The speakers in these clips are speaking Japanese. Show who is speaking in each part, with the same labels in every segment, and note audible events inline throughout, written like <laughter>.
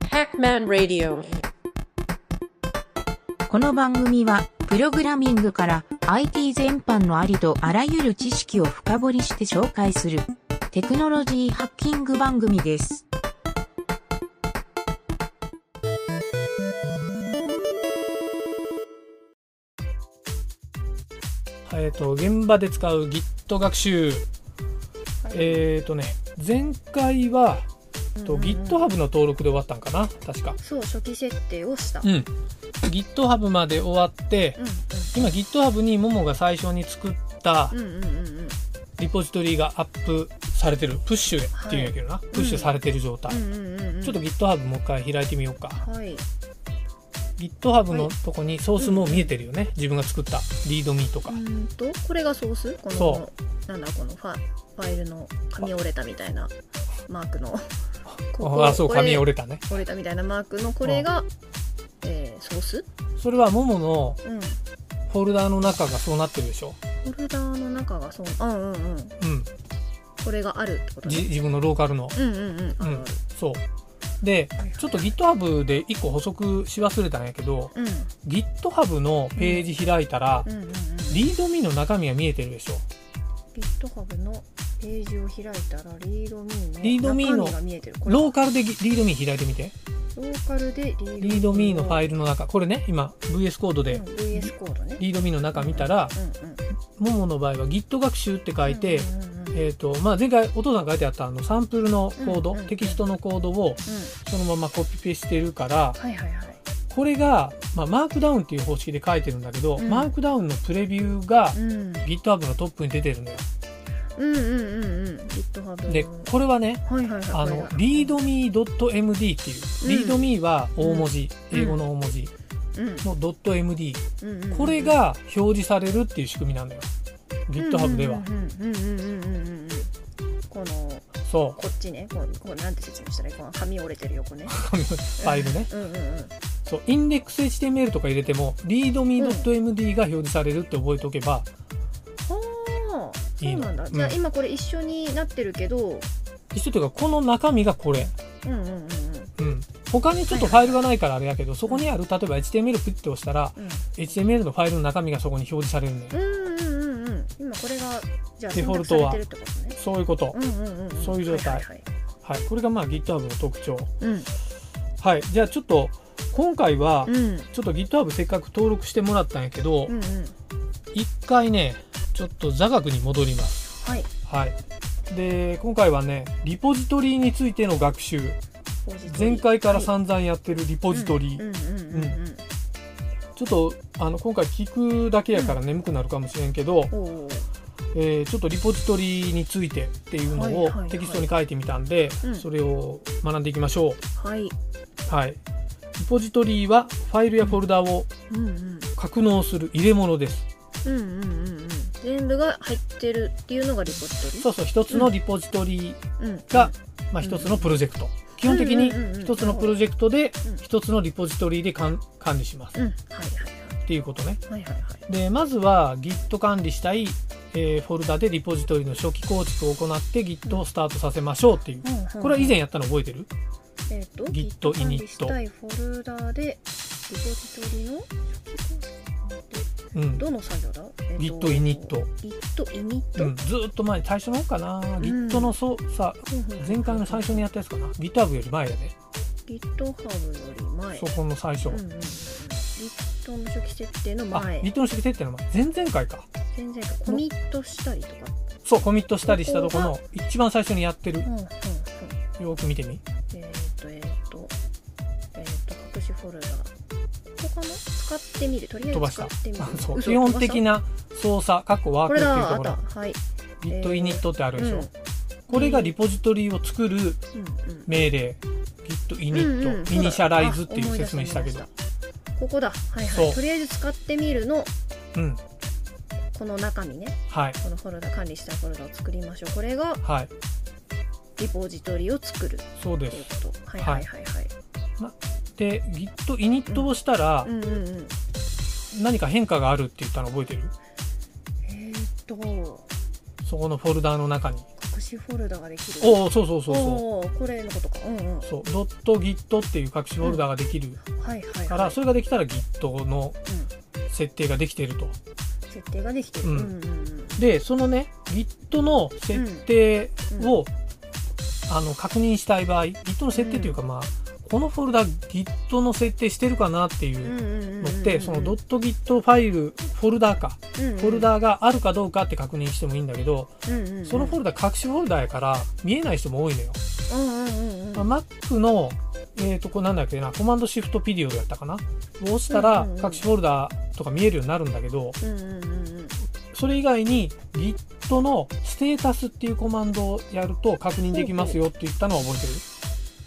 Speaker 1: Pac-Man Radio.
Speaker 2: この番組は、プログラミングから IT 全般のありとあらゆる知識を深掘りして紹介する、テクノロジーハッキング番組です。
Speaker 3: えー、と現場で使う Git 学習、えっ、とね前回は、と GitHub の登録で終わったんかな確か、
Speaker 4: そう初期設定をした、
Speaker 3: うん、GitHub まで終わって
Speaker 4: うん
Speaker 3: 今 GitHub にももが最初に作った
Speaker 4: うんうんうんうん
Speaker 3: リポジトリがアップされてるプッシュっていうんやけどな、プッシュされてる状態、
Speaker 4: うんうんうんうん
Speaker 3: ちょっと GitHub もう一回開いてみようか、
Speaker 4: はい
Speaker 3: GitHub のとこにソースもう見えてるよね、自分が作った ReadMe とか、
Speaker 4: うーんとこれがソースこの
Speaker 3: そ
Speaker 4: なんだこのファファイルの紙折れたみたいなマー
Speaker 3: <laughs>
Speaker 4: クの
Speaker 3: あそう紙
Speaker 4: れ
Speaker 3: 折れたね
Speaker 4: 折れたみたいなマークのこれが、えーソース
Speaker 3: それはももの
Speaker 4: うん
Speaker 3: フォルダーの中がそうなってるでしょ
Speaker 4: フォルダーの中がそううんうんうん
Speaker 3: うん
Speaker 4: これがあるってこと
Speaker 3: じ
Speaker 4: ね
Speaker 3: 自分のローカルの、
Speaker 4: うんうんうんあ
Speaker 3: う
Speaker 4: る
Speaker 3: ん、そうでちょっと GitHub で1個補足し忘れたんやけど
Speaker 4: ある
Speaker 3: GitHub のページ開いたら、
Speaker 4: うんうんうんうん
Speaker 3: リードミーの中身が見えてるでしょ
Speaker 4: GitHub のページを開いたらリードミ
Speaker 3: リードミー
Speaker 4: ー
Speaker 3: の
Speaker 4: の中身が見えてるこれ
Speaker 3: ローカルでギリードミー開いてみて
Speaker 4: ローカルでリ
Speaker 3: リードミーのファ
Speaker 4: イ
Speaker 3: イルの中これね今 VS コードで
Speaker 4: うん、VS コードね
Speaker 3: リードミーの中見たら
Speaker 4: うんうん
Speaker 3: ももの場合は Git 学習って書いて、
Speaker 4: うんうんうんうん
Speaker 3: えーとまあ、前回お父さんが書いてあったあのサンプルのコード、
Speaker 4: うんうんうん
Speaker 3: テキストのコードを
Speaker 4: うん
Speaker 3: そのままコピペしてるから
Speaker 4: はいはいはい
Speaker 3: これが、まあ、マークダウンっていう方式で書いてるんだけど、
Speaker 4: うん
Speaker 3: マークダウンのプレビューが
Speaker 4: うん
Speaker 3: GitHub のトップに出てるのよ。
Speaker 4: うんうんうんうん GitHub の
Speaker 3: でこれはね
Speaker 4: はいはいはい
Speaker 3: あ
Speaker 4: これ
Speaker 3: の
Speaker 4: が
Speaker 3: readme.md っていう、readme は大文字、
Speaker 4: うん
Speaker 3: 英語の大文字
Speaker 4: うん
Speaker 3: の .md、
Speaker 4: うんうんうん
Speaker 3: これが表示されるっていう仕組みなのよ GitHub では、
Speaker 4: うんうんうんうんうんうんうんうんこの
Speaker 3: そう <laughs>
Speaker 4: こっちねこうこうなんて説明したらいいこの紙折れてる横ね
Speaker 3: ファイルね
Speaker 4: うんうんうん
Speaker 3: そうインデックス HTML とか入れても readme.md が表示されるって覚えておけば、
Speaker 4: はあそうなんだ
Speaker 3: いいの
Speaker 4: じゃあ
Speaker 3: うん
Speaker 4: 今これ一緒になってるけど
Speaker 3: 一緒というかこの中身がこれ
Speaker 4: うんうんうんうん
Speaker 3: うん、他にちょっとファイルがないからあれやけど、そこにある例えば HTML プッて押したら、
Speaker 4: うん
Speaker 3: HTML のファイルの中身がそこに表示されるんだよ、
Speaker 4: うんうんうんうん今これがじゃあ
Speaker 3: デ
Speaker 4: 選
Speaker 3: フォルト
Speaker 4: 択され
Speaker 3: は
Speaker 4: てるってことね
Speaker 3: そういうこと、
Speaker 4: うんうんうんん
Speaker 3: そういう状態
Speaker 4: はいはいはい
Speaker 3: はい、これがまあ GitHub の特徴
Speaker 4: うん
Speaker 3: はいじゃあちょっと今回は、
Speaker 4: うん
Speaker 3: ちょっと GitHub せっかく登録してもらったんやけど、
Speaker 4: うんうん
Speaker 3: 一回ねちょっと座学に戻ります
Speaker 4: はい
Speaker 3: はいで今回はねリポジトリについての学習
Speaker 4: ポジティブ
Speaker 3: 前回から
Speaker 4: はい
Speaker 3: 散々やってるリポジトリ、
Speaker 4: うんうんうんうん
Speaker 3: ちょっとあの今回聞くだけやから眠くなるかもしれんけど、
Speaker 4: うんおー
Speaker 3: えーちょっとリポジトリについてっていうの
Speaker 4: はい
Speaker 3: を
Speaker 4: はいはい
Speaker 3: テキストに書いてみたんで、
Speaker 4: うん
Speaker 3: それを学んでいきましょ
Speaker 4: はい。
Speaker 3: う、はい、リポジトリはファイルやフォルダを
Speaker 4: うんうん
Speaker 3: 格納する入れ物です
Speaker 4: うんうんうんうん。全部が入ってるっていうのがリポジトリ。
Speaker 3: そうそう一つのリポジトリ
Speaker 4: うん
Speaker 3: が、まあ、一つのプロジェクト、基本的に
Speaker 4: うんうんうんうん
Speaker 3: 一つのプロジェクトで
Speaker 4: うん
Speaker 3: 一つのリポジトリで管管理します
Speaker 4: うんはい
Speaker 3: っていうことね
Speaker 4: はいはいはいはいはい。
Speaker 3: でまずは Git 管理したい、えーフォルダでリポジトリの初期構築を行って Git をスタートさせましょうっていう
Speaker 4: うんうんうん
Speaker 3: これは以前やったの覚えてる
Speaker 4: えっと
Speaker 3: Git
Speaker 4: Git 管理
Speaker 3: init
Speaker 4: したいフォルダでリポジトリの初期構築
Speaker 3: うん
Speaker 4: どの作業だ？えっと
Speaker 3: Git init。
Speaker 4: Git init。
Speaker 3: うん、ずーっと前最初の方かな、
Speaker 4: ん
Speaker 3: Git の操作
Speaker 4: うんうん
Speaker 3: 前回の最初にやったやつかな GitHub より前やね
Speaker 4: GitHub より前。
Speaker 3: そこの最初、
Speaker 4: うんうんうん。Git の初期設定の
Speaker 3: あ
Speaker 4: 前。
Speaker 3: Git の指定ってのは前々回か
Speaker 4: 全然コミットしたりとか。
Speaker 3: そうコミットしたりしたとこの一番最初にやってる
Speaker 4: うんうんうん。
Speaker 3: よーく見てみ
Speaker 4: えーっ、とえーっ、とえーっ、と隠しフォルダここかな使ってみるとりあえ
Speaker 3: 飛ば
Speaker 4: ず
Speaker 3: し
Speaker 4: 使
Speaker 3: た
Speaker 4: ってみる
Speaker 3: あ <laughs> そう
Speaker 4: 嘘
Speaker 3: 基本的
Speaker 4: 飛ばし
Speaker 3: な操作かっこワ
Speaker 4: た
Speaker 3: ークっ
Speaker 4: これ
Speaker 3: ていう
Speaker 4: だあ
Speaker 3: ところ
Speaker 4: ったはい、えー
Speaker 3: Git init ってあるでしょ、
Speaker 4: うん
Speaker 3: これがリポジトリを作る
Speaker 4: うんうん
Speaker 3: 命令 Git
Speaker 4: うんう
Speaker 3: init
Speaker 4: んそう
Speaker 3: イ
Speaker 4: だ
Speaker 3: ニシャライズってい
Speaker 4: あ
Speaker 3: う
Speaker 4: 思出
Speaker 3: 説明したけど
Speaker 4: 思い出したここだはいは
Speaker 3: そう
Speaker 4: いとりあえず使ってみるの
Speaker 3: うん
Speaker 4: この中身ね
Speaker 3: はい
Speaker 4: このフォルダ管理したいフォルダを作りましょうこれが
Speaker 3: はい
Speaker 4: リポジトリを作る
Speaker 3: そうで
Speaker 4: という
Speaker 3: す
Speaker 4: ことはいはいはいはい、
Speaker 3: で Git init をしたら
Speaker 4: うんうんうん
Speaker 3: 何か変化があるって言ったの覚えてる
Speaker 4: えーっと
Speaker 3: そこのフォルダーの中に
Speaker 4: 隠ししフォルダができる
Speaker 3: おおそうそうそうそ
Speaker 4: おーこれのことかうんうん
Speaker 3: うそうドット Git っていう隠しフォルダができる
Speaker 4: はいはい
Speaker 3: か
Speaker 4: は
Speaker 3: ら
Speaker 4: い
Speaker 3: それができたら Git の
Speaker 4: う
Speaker 3: 設定ができていると
Speaker 4: ん、設定ができてる
Speaker 3: う
Speaker 4: うんんうんうん
Speaker 3: でそのね Git の設定を、あの確認したい場合 Git の設定というか、まあこのフォルダ Git の設定してるかなっていううん
Speaker 4: うんうんうん
Speaker 3: のって、そのドット Git ファイルフォルダーか
Speaker 4: うんうん
Speaker 3: フォルダーがあるかどうかって確認してもいいんだけど、
Speaker 4: うんうんうん
Speaker 3: そのフォルダ隠しフォルダーやから見えない人も多いのよ、
Speaker 4: うんうんうんうん
Speaker 3: まあ Mac のえー、とこれなんだっけなコマンドシフトピリオドやったかな押したら
Speaker 4: うんうんうん
Speaker 3: 隠しフォルダーとか見えるようになるんだけど、
Speaker 4: うんうんうんうん
Speaker 3: それ以外に Git のステータスっていうコマンドをやると確認できますよって言ったのは覚えて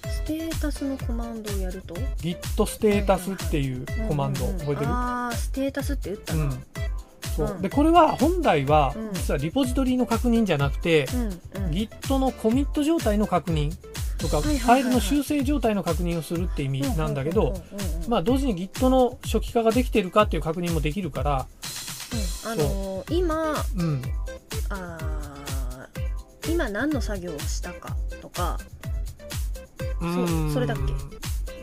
Speaker 4: ステータスのコマンドをやると
Speaker 3: る Git ステータスっていうコマンド
Speaker 4: うんうんうん
Speaker 3: 覚えてる
Speaker 4: ああステータスって打った
Speaker 3: う
Speaker 4: な、
Speaker 3: んそううんでこれは本来は
Speaker 4: うん
Speaker 3: 実はリポジトリの確認じゃなくて
Speaker 4: うんうん
Speaker 3: Git のコミット状態の確認とか
Speaker 4: はい
Speaker 3: フ
Speaker 4: はい
Speaker 3: ァイル
Speaker 4: はいはい
Speaker 3: の修正状態の確認をするって意味なんだけど
Speaker 4: うんうんうんうん
Speaker 3: まあ同時に Git の初期化ができてるかっていう確認もできるから
Speaker 4: うんあのー今
Speaker 3: うん
Speaker 4: あー今何の作業をしたかとか
Speaker 3: う
Speaker 4: そうんそれだっけ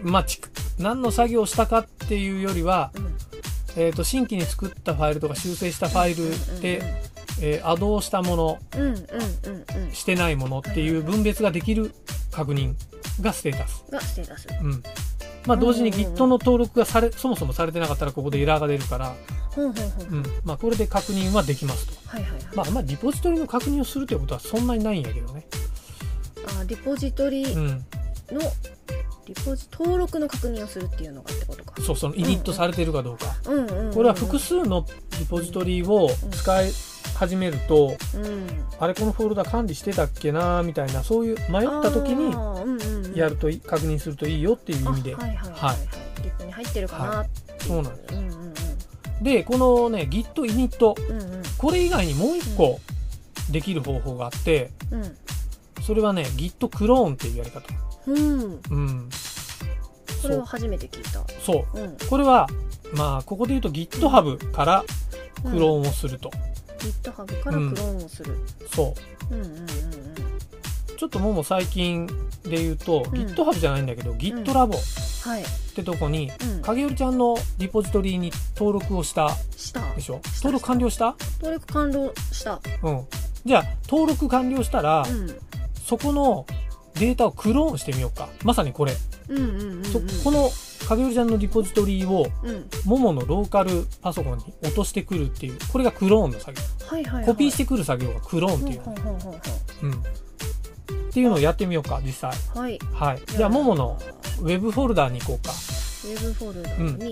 Speaker 3: まあちく何の作業をしたかっていうよりは
Speaker 4: うん
Speaker 3: えー、と新規に作ったファイルとか修正したファイルで、えーアドをしたもの
Speaker 4: うんうんうんうんうん
Speaker 3: してないものっていう分別ができる確認がステータス、
Speaker 4: がステータス
Speaker 3: うんまあ、同時に
Speaker 4: うんうんうん
Speaker 3: Git の登録がされそもそもされてなかったらここでエラーが出るから、
Speaker 4: ほんほんほん、
Speaker 3: うんまあ、これで確認はできますと、
Speaker 4: はいはいはい、
Speaker 3: まあ、まあリポジトリの確認をするということはそんなにないんやけどね、
Speaker 4: あーリポジトリ
Speaker 3: う
Speaker 4: の、
Speaker 3: ん、
Speaker 4: リポジ登録の確認をするっていうのがってことか
Speaker 3: そうそのイディットされてるかどうか、
Speaker 4: うんうんうんうん
Speaker 3: これは複数のリポジトリを使い始めると
Speaker 4: うん
Speaker 3: あれこのフォルダ管理してたっけなーみたいなそういう迷った時に
Speaker 4: あーうんうんうん
Speaker 3: やるといい確認するといいよっていう意味で、
Speaker 4: あはいはいはい、はい、リップに入ってるかなっていう、
Speaker 3: はいそうなん
Speaker 4: ですうんうん
Speaker 3: でこのね Git init
Speaker 4: うんうん
Speaker 3: これ以外にもう一個できる方法があってそれはね Git クローンっていうやり方
Speaker 4: うんうん
Speaker 3: うん
Speaker 4: こ
Speaker 3: そ
Speaker 4: れは
Speaker 3: う
Speaker 4: 初めて聞いた
Speaker 3: そう
Speaker 4: うん
Speaker 3: これはまあここで言うと GitHub からクローンをすると、
Speaker 4: GitHub からクローンをする、
Speaker 3: そ
Speaker 4: うん、うんうんうん
Speaker 3: うちょっともも最近で言うと、
Speaker 4: ん
Speaker 3: GitHub じゃないんだけど GitLab っ
Speaker 4: はい、
Speaker 3: てとこに
Speaker 4: うん、
Speaker 3: 影織ちゃんのリポジトリに登録をした
Speaker 4: した
Speaker 3: でしょ
Speaker 4: した
Speaker 3: 登録完了した
Speaker 4: 登録完了した
Speaker 3: うんじゃあ登録完了したら、
Speaker 4: うん
Speaker 3: そこのデータをクローンしてみようか。まさにこれ。
Speaker 4: うんうんうんうん
Speaker 3: そこの影織ちゃんのリポジトリを、
Speaker 4: うん
Speaker 3: モモのローカルパソコンに落としてくるっていう、これがクローンの作業。
Speaker 4: はいはい、はい、
Speaker 3: コピーしててくる作業がクローンっていう
Speaker 4: ほ
Speaker 3: の
Speaker 4: ん。ほんほんほんほ
Speaker 3: うん。っていうのをやってみようか、実際。
Speaker 4: んはい
Speaker 3: はい。じゃあ、モモのウェブフォルダーに行こうか。
Speaker 4: ウェブフォルダーに、ウ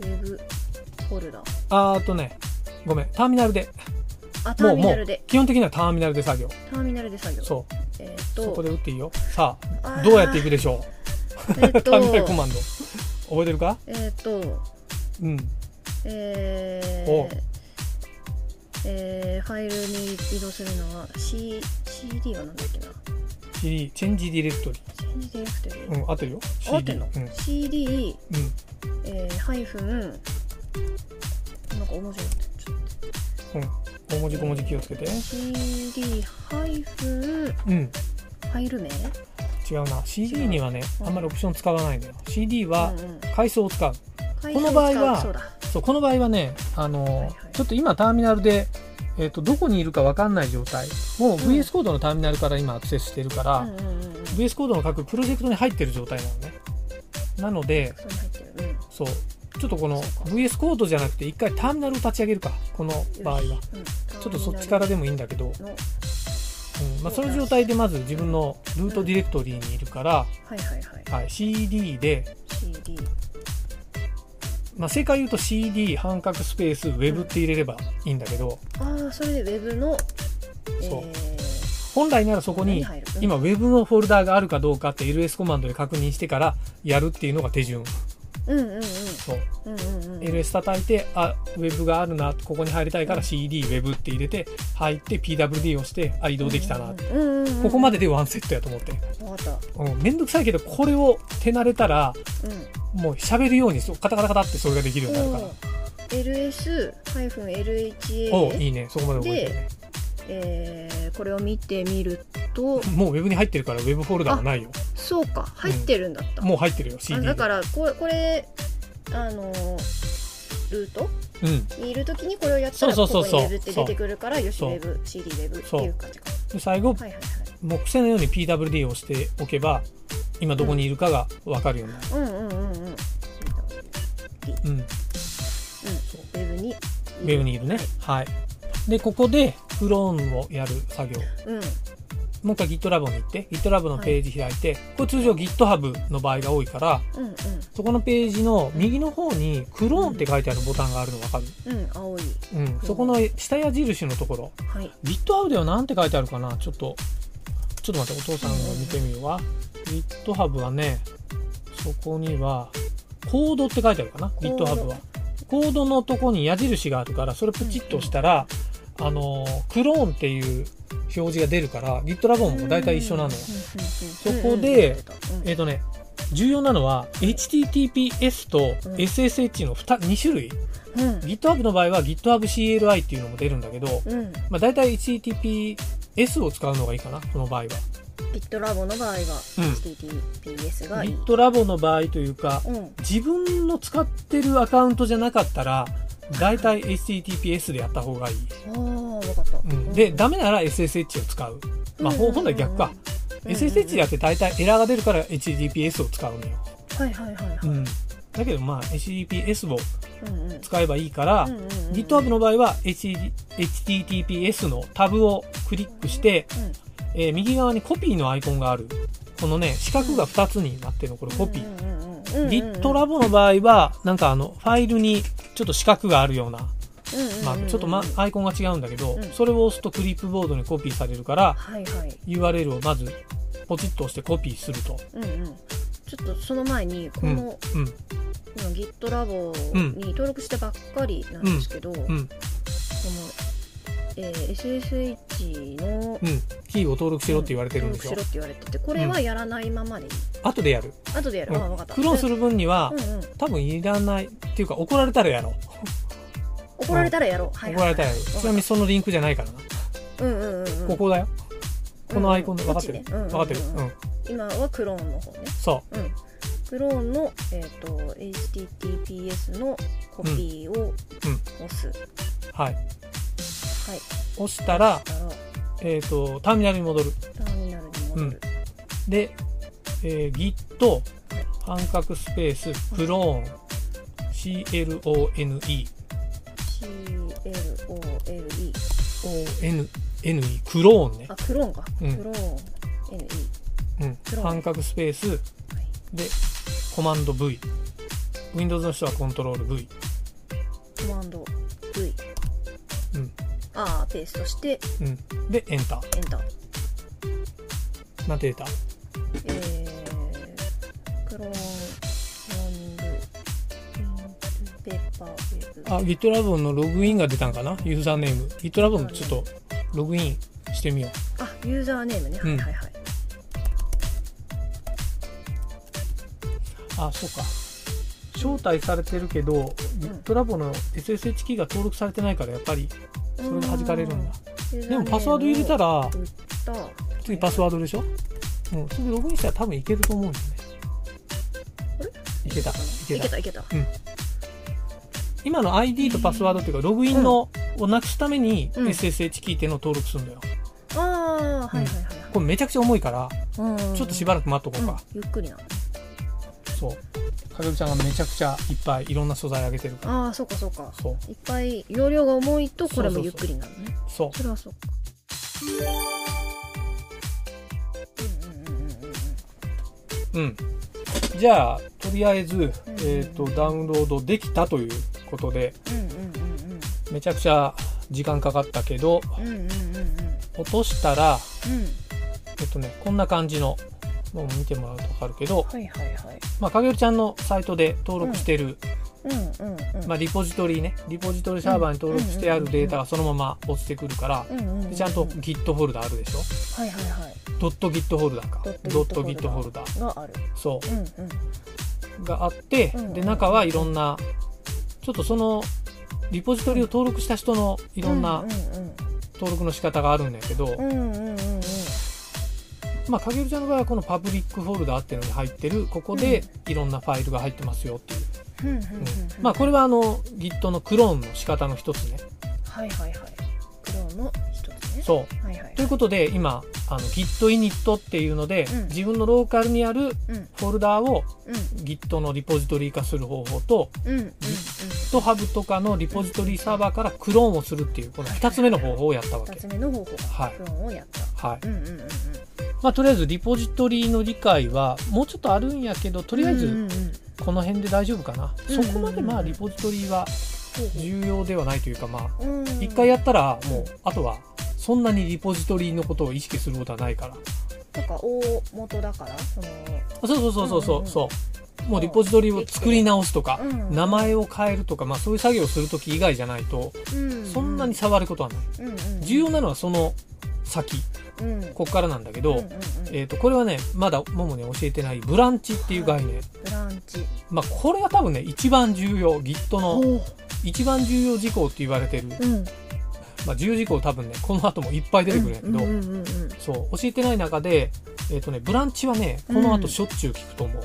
Speaker 4: ェブフォルダー
Speaker 3: あーっとね、ごめん、ターミナルで。
Speaker 4: あタ
Speaker 3: も
Speaker 4: ー
Speaker 3: う、
Speaker 4: ミ
Speaker 3: も
Speaker 4: ナル
Speaker 3: う
Speaker 4: で、
Speaker 3: 基本的にはターミナルで作業。
Speaker 4: ターミナルで作業
Speaker 3: そう。
Speaker 4: えーっと
Speaker 3: そこで打っていいよ。さ
Speaker 4: あ
Speaker 3: あ、
Speaker 4: ー
Speaker 3: どうやっていくでしょ
Speaker 4: えー
Speaker 3: う。
Speaker 4: っ
Speaker 3: <laughs> タ
Speaker 4: と
Speaker 3: ーミナルコマンド。覚えてるか
Speaker 4: えーっと
Speaker 3: うん。
Speaker 4: えー
Speaker 3: お
Speaker 4: えーファイルに移動するのは、C、CD はなんだっけな
Speaker 3: CD、チェンジディレクトリ。
Speaker 4: チェンジディレクトリー、
Speaker 3: うん、合ってるよ。
Speaker 4: 合ってんの
Speaker 3: うん。うん。
Speaker 4: CD、えー、ハイフンなんか大文字になってるちょっ
Speaker 3: 大文字小文字気をつけて。
Speaker 4: と CD ハイフン
Speaker 3: うん。
Speaker 4: ファイル名
Speaker 3: 違うな。CD にはね、
Speaker 4: うん
Speaker 3: あんまりオプション使わないのよ。CD は
Speaker 4: うんうん
Speaker 3: 階層を使う。
Speaker 4: 回
Speaker 3: こ
Speaker 4: 数
Speaker 3: の
Speaker 4: を
Speaker 3: 場合
Speaker 4: 使う
Speaker 3: は
Speaker 4: そうだ
Speaker 3: そう、この場合はね、あのー
Speaker 4: はいはい
Speaker 3: ちょっと今ターミナルで、えっ、と、どこにいるかわかんない状態。もう VS コードのターミナルから今アクセスしてるから、
Speaker 4: うんうんうんうん
Speaker 3: VS コードの各プロジェクトに入ってる状態なのね。なので、
Speaker 4: そう入ってるうんよ
Speaker 3: そう。ちょっとこの
Speaker 4: そうか
Speaker 3: VS コードじゃなくて一回ターミナルを立ち上げるか。この
Speaker 4: し
Speaker 3: 場合は。ち
Speaker 4: うん
Speaker 3: ょっとそっちから
Speaker 4: ター
Speaker 3: で
Speaker 4: ミ
Speaker 3: もいいんだけど、
Speaker 4: ナル
Speaker 3: う
Speaker 4: の
Speaker 3: んまあ、その状態でまず自分のルートディレクトリーにいるから、
Speaker 4: はいはいはい
Speaker 3: はい、CD で、
Speaker 4: CD
Speaker 3: まあ、正解言うと CD 半角スペース Web って入れればいいんだけど、
Speaker 4: ああそれで Web の
Speaker 3: そう
Speaker 4: えー
Speaker 3: 本来ならそこに
Speaker 4: 何入るうん
Speaker 3: 今 Web のフォルダーがあるかどうかって LS コマンドで確認してからやるっていうのが手順
Speaker 4: うんうんうん
Speaker 3: そう、
Speaker 4: うんうんうん
Speaker 3: LS 叩いてあ Web があるなここに入りたいか
Speaker 4: う
Speaker 3: ら
Speaker 4: ん
Speaker 3: CDWeb って入れて入って PWD をしてあ移動できたな、
Speaker 4: うんうんうんうん
Speaker 3: ここまででワンセットやと思って、
Speaker 4: わかった
Speaker 3: うん、めんどくさいけどこれを手慣れたら
Speaker 4: うん
Speaker 3: もう喋るようにそうカタカタカタってそれができるようになるから。
Speaker 4: LS-LHA
Speaker 3: おういいねそこまで覚えてるね
Speaker 4: えーこれを見てみると
Speaker 3: もうウェブに入ってるからウェブフォルダはないよ
Speaker 4: そうか入ってるんだった、
Speaker 3: もう入ってるよ
Speaker 4: あ
Speaker 3: CD で
Speaker 4: だからここれあのールート
Speaker 3: うん
Speaker 4: にいるときにこれをやったら
Speaker 3: そ
Speaker 4: こ
Speaker 3: うそ
Speaker 4: こ
Speaker 3: うそうそ
Speaker 4: に
Speaker 3: う
Speaker 4: Web って出てくるからよし
Speaker 3: そう
Speaker 4: Web CDWeb って
Speaker 3: そう
Speaker 4: いう感じか
Speaker 3: で最後
Speaker 4: はいはい
Speaker 3: もう癖のように PWD を押しておけば今どこにいるかが分かるようになる、
Speaker 4: はいうんうんうんうん
Speaker 3: うん、ウ
Speaker 4: ウェブに
Speaker 3: ェブにいるねはいでここでクローンをやる作業
Speaker 4: うん
Speaker 3: もう一回 GitLab に行って GitLab のページ開いて、これ通常 GitHub の場合が多いから
Speaker 4: うん
Speaker 3: そこのページの右の方にクローンって書いてあるボタンがあるの分かる、
Speaker 4: うんうん青い
Speaker 3: うん、そこの下矢印のところ
Speaker 4: はい
Speaker 3: GitHub では何て書いてあるかなちょっとちょっと待ってお父さんが見てみようわ GitHub はねそこにはコードって書いてあるかな
Speaker 4: ー
Speaker 3: GitHub
Speaker 4: ド
Speaker 3: はコードのとこに矢印があるからそれプチッと押したら、あのークローンっていう表示が出るから GitLab も大体一緒なのよ
Speaker 4: そ
Speaker 3: こでえっ、とね重要なのは HTTPS と
Speaker 4: うん
Speaker 3: SSH の 2, 2種類
Speaker 4: うん
Speaker 3: GitHub の場合は GitHubCLI っていうのも出るんだけど、
Speaker 4: うんうん
Speaker 3: まあ、大体 HTTPS を使うのがいいかな、この場合は。
Speaker 4: GitLab の場合
Speaker 3: うん
Speaker 4: は HTTPS がいい、
Speaker 3: GitLab の場合というか、
Speaker 4: うん
Speaker 3: 自分の使ってるアカウントじゃなかったら、大体 HTTPS でやった方がいい。
Speaker 4: ああ分かった、
Speaker 3: うん、で、ダメなら SSH を使う。まあ、
Speaker 4: うんうんうん
Speaker 3: ほ本来逆か。
Speaker 4: うんうん
Speaker 3: SSH だって大体エラーが出るから HTTPS を使うのよ。
Speaker 4: はいはいはいはい、
Speaker 3: うん。だけどまあ、HTTPS を
Speaker 4: うんうん
Speaker 3: 使えばいいから、
Speaker 4: うんうんうんうん
Speaker 3: GitHub の場合は HT HTTPS のタブをクリックして、
Speaker 4: うん
Speaker 3: えー右側にコピーのアイコンがある。このね、四角が2つになってるの、これコピー。
Speaker 4: ー
Speaker 3: GitLab の場合は、なんかあの、ファイルにちょっと四角があるような、まあ、ちょっと、ま、アイコンが違うんだけど
Speaker 4: うん、
Speaker 3: それを押すとクリップボードにコピーされるから、
Speaker 4: はいはい
Speaker 3: URL をまず、ポチッと押してコピーすると。
Speaker 4: うんうんちょっとその前にこ
Speaker 3: うん。う
Speaker 4: の
Speaker 3: ん。
Speaker 4: 今 GitLab に登録したばっかりなんですけど、こ
Speaker 3: う
Speaker 4: の
Speaker 3: ん。
Speaker 4: えー SSH の
Speaker 3: うん。キーを登録しろって言われてるんです
Speaker 4: 登
Speaker 3: よ
Speaker 4: 録しろ。って言われててこれはやらないままでいい
Speaker 3: 後でやる。
Speaker 4: 後でやる、
Speaker 3: う
Speaker 4: あ分か
Speaker 3: ん
Speaker 4: った
Speaker 3: 苦労する分には
Speaker 4: う、んうん、
Speaker 3: 多分いらない。っていうか、怒られたらやろう。
Speaker 4: 怒られたらやろう、はい
Speaker 3: 怒
Speaker 4: はい
Speaker 3: られたら
Speaker 4: はい
Speaker 3: やろう。ちなみにそのリンクじゃないからな。
Speaker 4: うんうんうんうん
Speaker 3: ここだよ。このアイコンで
Speaker 4: うんう
Speaker 3: 分か
Speaker 4: ん
Speaker 3: ってる。
Speaker 4: こちねうんうん
Speaker 3: 分かってる。うん。
Speaker 4: 今はクローンの方ね
Speaker 3: そう。
Speaker 4: うん、クローンの、えー、と HTTPS のコピーを押す、
Speaker 3: はい。
Speaker 4: はい
Speaker 3: 押したら、
Speaker 4: だから
Speaker 3: えっ、と、ターミナルに戻る。
Speaker 4: ターミナルに戻る、
Speaker 3: で、えー、git、半角スペース、クローン、clone、
Speaker 4: CLOLE
Speaker 3: one、クローンね
Speaker 4: あ。クローンか、
Speaker 3: うん
Speaker 4: クローン NE
Speaker 3: う
Speaker 4: ロー
Speaker 3: ん。
Speaker 4: ン
Speaker 3: 半角スペース、
Speaker 4: はい
Speaker 3: で、コマンド V。Windows の人はコントロール V。
Speaker 4: コマンド V
Speaker 3: うん。
Speaker 4: あーペーストして
Speaker 3: うん。で、エンター。
Speaker 4: エンター
Speaker 3: なんて出た
Speaker 4: えー、クローンローニングペーパーウェブ
Speaker 3: あ、GitLab のログインが出たんかなユーザーネーム。GitLab のちょっと、ログインしてみよう。
Speaker 4: あユーザーネームね、
Speaker 3: うん
Speaker 4: はいはいはい
Speaker 3: あ、そうか。招待されてるけど、GitLab の SSH キーが登録されてないから、やっぱり、それが弾かれるんだ。でも、パスワード入れた
Speaker 4: ら
Speaker 3: ら、
Speaker 4: 打った
Speaker 3: 次パスワードでしょうん。それでログインしたら多分いけると思うんだよね
Speaker 4: あれ。
Speaker 3: いけた。いけ
Speaker 4: いけ
Speaker 3: た。
Speaker 4: たいけた
Speaker 3: 今の ID とパスワードっていうか、ログインの、をなくすために、
Speaker 4: うん
Speaker 3: SSH キーっていうのを登録するんだよ。
Speaker 4: ああーはいはいはい
Speaker 3: これめちゃくちゃ重いから、
Speaker 4: はい、うん
Speaker 3: ちょっとしばらく待っとこうか。
Speaker 4: うんゆっくりな
Speaker 3: そう。かぐみちゃんがめちゃくちゃいっぱいいろんな素材あげてるから。
Speaker 4: ああそうかそうか
Speaker 3: そう。
Speaker 4: いっぱい容量が重いとこれも
Speaker 3: そう
Speaker 4: ゆ
Speaker 3: そうそう
Speaker 4: っくりなるね
Speaker 3: そう。
Speaker 4: それはそうかうんうん
Speaker 3: う
Speaker 4: うんうんうん
Speaker 3: ん、じゃあとりあえず、
Speaker 4: ん
Speaker 3: えー、とダウンロードできたということでめちゃくちゃ時間かかったけど
Speaker 4: うんうんうんうんうんうんうん
Speaker 3: 落としたら
Speaker 4: うん
Speaker 3: えっとねこんな感じのもう見てもらうと分かるけど、
Speaker 4: はいはいはい
Speaker 3: まあ、かげるちゃんのサイトで登録してる、
Speaker 4: うんうんうん
Speaker 3: まあ、リポジトリねリポジトリサーバーに登録してあるデータがそのまま落ちてくるから、
Speaker 4: うんうんうん
Speaker 3: でちゃんと Git フォルダあるでしょ
Speaker 4: はいはいはい
Speaker 3: .git フォルダか .git フォルダ
Speaker 4: がある
Speaker 3: そう
Speaker 4: うんうん
Speaker 3: があって、
Speaker 4: うん
Speaker 3: で中はいろんなちょっとそのリポジトリを登録した人のい
Speaker 4: い
Speaker 3: ろんな
Speaker 4: うんうん
Speaker 3: 登録の仕方があるんだけど、
Speaker 4: うんうんうんうん
Speaker 3: まあ、かげるちゃんの場合はこのパブリックフォルダっていうのに入ってるここでいろんなファイルが入ってますよっていう、
Speaker 4: ふんふんふんふん
Speaker 3: まあこれはあの Git のクローンの仕方の一つね
Speaker 4: はいはいはいクローンの一つね
Speaker 3: そう
Speaker 4: はいはい
Speaker 3: ということで今あの Git イニットっていうので、
Speaker 4: うん
Speaker 3: 自分のローカルにある
Speaker 4: うん
Speaker 3: フォルダーを
Speaker 4: うん
Speaker 3: Git のリポジトリ化する方法と
Speaker 4: うんうんうん
Speaker 3: GitHub とかのリポジトリサーバーからクローンをするっていうこの2つ目の方法をやったわ
Speaker 4: 二
Speaker 3: け
Speaker 4: つ目の方法
Speaker 3: はい
Speaker 4: クローンをやった
Speaker 3: はい
Speaker 4: うんうんうんうん
Speaker 3: まあとりあえずリポジトリの理解はもうちょっとあるんやけどとりあえ
Speaker 4: うんう
Speaker 3: ず
Speaker 4: んうん
Speaker 3: この辺で大丈夫かな、
Speaker 4: うん
Speaker 3: そこまでまあリポジトリは重要ではないというかまあ
Speaker 4: うん
Speaker 3: 一回やったらもうあとはそんなにリポジトリのことを意識することはないから
Speaker 4: とか大元だからその
Speaker 3: そうそうそうそうそう,、
Speaker 4: うんうんうん
Speaker 3: そうもうリポジトリを作り直すとか、
Speaker 4: うん
Speaker 3: 名前を変えるとか、まあ、そういう作業をするとき以外じゃないと
Speaker 4: うん
Speaker 3: そんなに触ることはない、
Speaker 4: うんうん
Speaker 3: 重要なのはその先
Speaker 4: うん
Speaker 3: ここからなんだけど、
Speaker 4: うんうんうん
Speaker 3: えー、とこれはねまだももね教えてないブランチっていう概念、
Speaker 4: ブランチ
Speaker 3: まあこれが多分ね一番重要 Git の
Speaker 4: お
Speaker 3: 一番重要事項って言われてる、
Speaker 4: うん
Speaker 3: まあ、重要事項多分ねこの後もいっぱい出てくるんやけど、
Speaker 4: うんうんうんうん
Speaker 3: そう教えてない中で、えーとね、ブランチはねこの後しょっちゅう聞くと思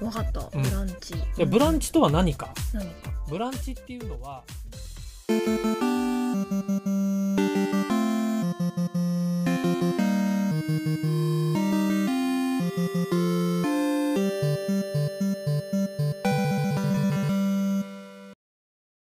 Speaker 3: う、
Speaker 4: わかった、
Speaker 3: うん
Speaker 4: ブランチ
Speaker 3: でブランチとは何か
Speaker 4: 何か
Speaker 3: ブランチっていうのは
Speaker 4: 「